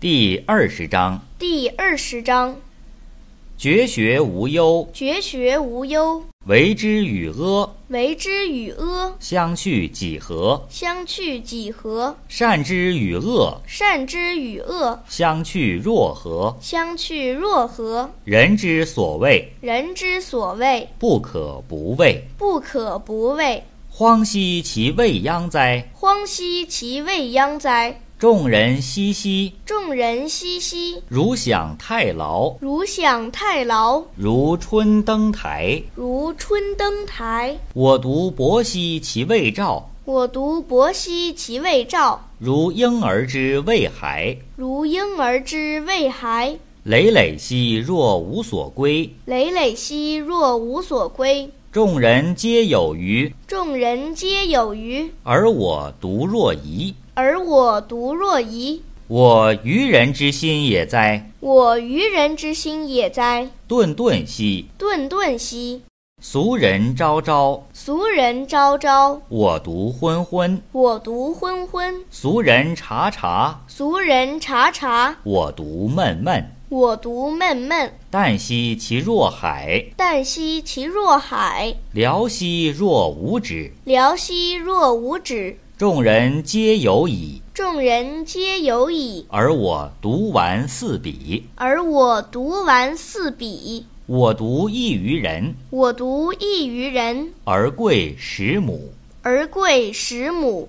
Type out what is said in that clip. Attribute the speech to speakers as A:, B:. A: 第二十章：
B: 第二十章：
A: 绝学无忧，
B: 绝学无忧，
A: 为之与阿，
B: 为之与阿，
A: 相去几何？
B: 相去几何？
A: 善之与恶，
B: 善之与恶，
A: 相去若何？
B: 相去若何？
A: 人之所畏，
B: 人之所畏，
A: 不可不畏。
B: 不可不畏。
A: 荒兮其未央哉！
B: 荒兮其未央哉！
A: 众人熙熙，
B: 众人熙熙，
A: 如享太牢，
B: 如享太牢，
A: 如春登台。
B: 如春登台。
A: 我独泊兮其未兆，
B: 我独泊兮其未兆，
A: 如婴儿之未孩。
B: 如婴儿之未孩。
A: 累累兮若无所归，
B: 累累兮若无所归。
A: 众人皆有余，
B: 众人皆有余，
A: 而我独若遗。
B: 而我独若遗。
A: 我愚人之心也哉！
B: 我愚人之心也哉！
A: 顿顿兮，
B: 顿顿兮，
A: 俗人昭昭，
B: 俗人昭昭，
A: 我独昏昏；
B: 我独昏昏；
A: 俗人察察，
B: 俗人察察，
A: 我独闷闷。
B: 我独闷闷。
A: 旦兮其若海，
B: 旦兮其若海，
A: 辽兮若无止。
B: 辽兮若无止。
A: 众人皆有矣，
B: 众人皆有矣，
A: 而我独顽四鄙。
B: 而我独顽四鄙。
A: 我独异于人，
B: 我独异于人，
A: 而贵十母。
B: 而贵十母。